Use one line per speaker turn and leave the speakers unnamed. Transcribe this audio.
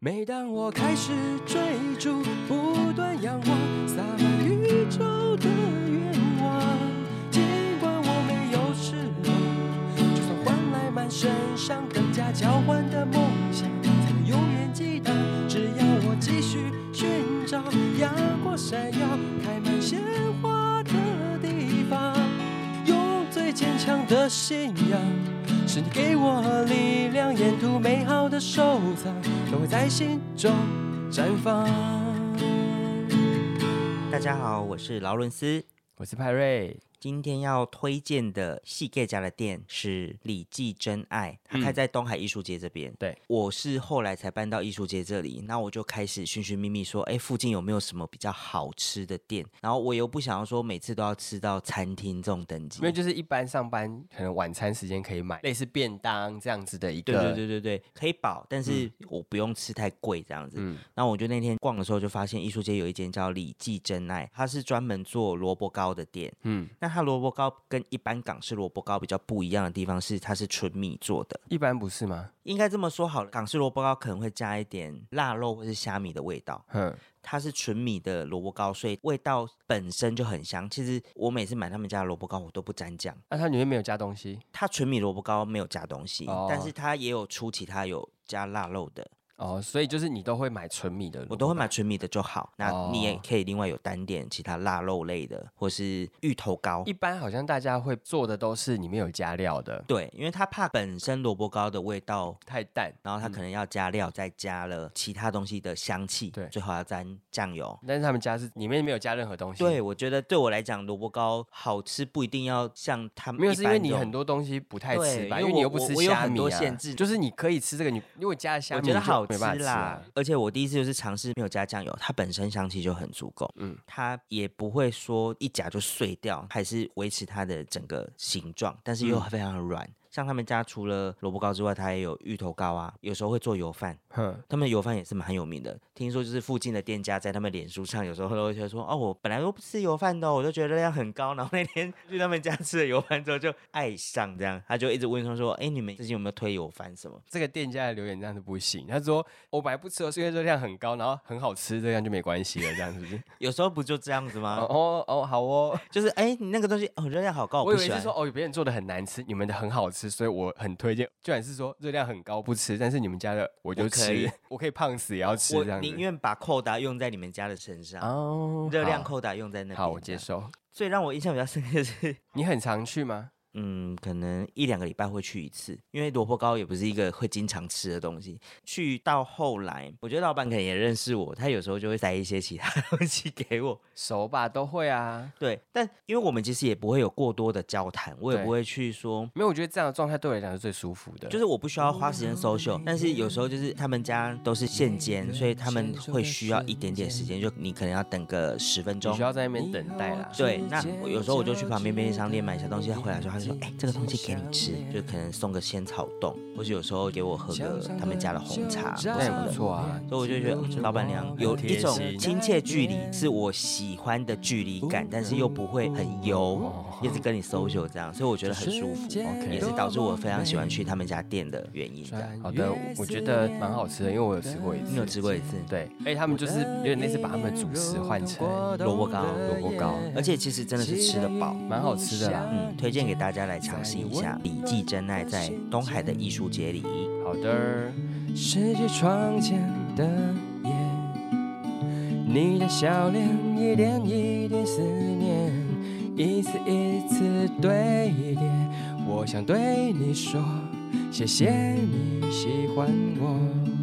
每当我开始追逐，不断仰望，洒满宇宙的愿望。尽管我没有翅膀，就算换来满身伤，更加交换的梦想，才能永远记得。只要我继续寻找，阳光闪耀，开满鲜花的地方，用最坚强的信仰。是你给我力量，沿途美好的收藏都会在心中绽放。
大家好，我是劳伦斯。
我是派瑞，
今天要推荐的细盖家的店是李记真爱，它
嗯
开在东海艺术街这边。
对，
我是后来才搬到艺术街这里，那我就开始寻寻觅觅说，哎，附近有没有什么比较好吃的店？然后我又不想要说每次都要吃到餐厅这种等级
因，为就是一般上班可能晚餐时间可以买类似便当这样子的一个，
对对对对对，可以饱，但是我不用吃太贵这样子。
嗯
那我就那天逛的时候就发现艺术街有一间叫李记真爱，它是专门做萝卜糕的店。
嗯，
那它萝卜糕跟一般港式萝卜糕比较不一样的地方是，它是纯米做的。
一般不是吗？
应该这么说好了，港式萝卜糕可能会加一点腊肉或是虾米的味道，
哼，
它是纯米的萝卜糕，所以味道本身就很香。其实我每次买他们家的萝卜糕，我都不沾酱。
那、它里面没有加东西
它纯米萝卜糕没有加东西，
哦
但是它也有出其他有加腊肉的。
哦，所以就是你都会买纯米的萝卜糕，
我都会买纯米的就好，那你也
哦
可以另外有单点其他腊肉类的，或是芋头糕
一。般好像大家会做的都是里面有加料的，
对，因为它怕本身萝卜糕的味道，
太淡，
然后它可能要加料，再加了其他东西的香气，
对
最后要沾酱油。
但是他们家是里面没有加任何东西，
对，，我觉得对我来讲，萝卜糕好吃不一定要像他们
没有是因为
一般
你
这种
很多东西不太吃
对
吧，
因
因
为
为你
我
又不
我
吃
我有
虾
很
米
多
啊
限制
就是你可以吃这个，你如果加了虾
我
米，
觉得好
吃
吃啊啦，而且我第一次就是尝试没有加酱油，它本身香气就很足够，嗯
嗯，
它也不会说一夹就碎掉，还是维持它的整个形状，但是又非常的软。像他们家除了萝卜糕之外，它也有芋头糕啊，有时候会做油饭，
哼，
他们的油饭也是蛮有名的。听说就是附近的店家在他们脸书上有时候都会说，哦，我本来都不吃油饭的哦、我就觉得热量很高，然后那天去他们家吃了油饭之后就爱上这样，他就一直问他说，哎，你们最近有没有推油饭什么？
这个店家的留言这样是不行。他说我本来不吃哦，是因为热量很高，然后很好吃，这样就没关系了，这样是不是？
有时候不就这样子吗？
哦哦哦，好哦。
就是哎、你那个东西哦，热量好
我
高，不
以为
喜
是
欢。
说哦，别人做的很难吃，你们的很好吃，所以我很推荐。居然是说热量很高不吃，但是你们家的我就
我可以
吃，我可以胖死也要吃这
我
样
宁
子。
愿把扣打用在你们家的身上，
哦
热量扣打用在那边。
好，好我接
这样。
受。
最让我印象比较深刻的是，
你很常去吗？
嗯，可能一两个礼拜会去一次，因为萝卜糕也不是一个会经常吃的东西。去到后来，我觉得老板可能也认识我，他有时候就会塞一些其他 东西给我。
熟吧，都会啊。
对，但因为我们其实也不会有过多的交谈，我也
对
不会去说
没有，我觉得这样的状态对我来讲是最舒服的。
就是我不需要花时间搜秀，但是有时候就是他们家都是现煎，所以他们会需要一点点时间，就你可能要等个十分
你
钟
需。要在那边等待啦。
对，那我有时候我就去旁边便利商店买一些东西，他回来的时候他
嗯
就说：“哎、这个东西给你吃，就可能送个鲜草冻，或是有时候给我喝个他们家的红茶或什
那也
么
不
的。”
错啊。
所以我就觉得、嗯老板娘有一种
贴心
亲切距离，是我喜欢的距离感，但是又不会很油，一直跟你 social 这样，所以我觉得很舒服
OK
也是导致我非常喜欢去他们家店的原因。这样
好的，我觉得蛮好吃的，因为我有吃过一次。
你有吃过一次？
对，而且他们就是有点类似把他们的主食换成
萝卜糕
萝卜糕，
而且其实真的是吃得饱。
蛮好吃的啦。
嗯，推荐给大家来尝试一下李记真爱在东海的艺术节里。
嗯好的，
世界窗前的夜，你的笑脸一点一点思念，一次一次堆叠。我想对你说，谢谢你喜欢我。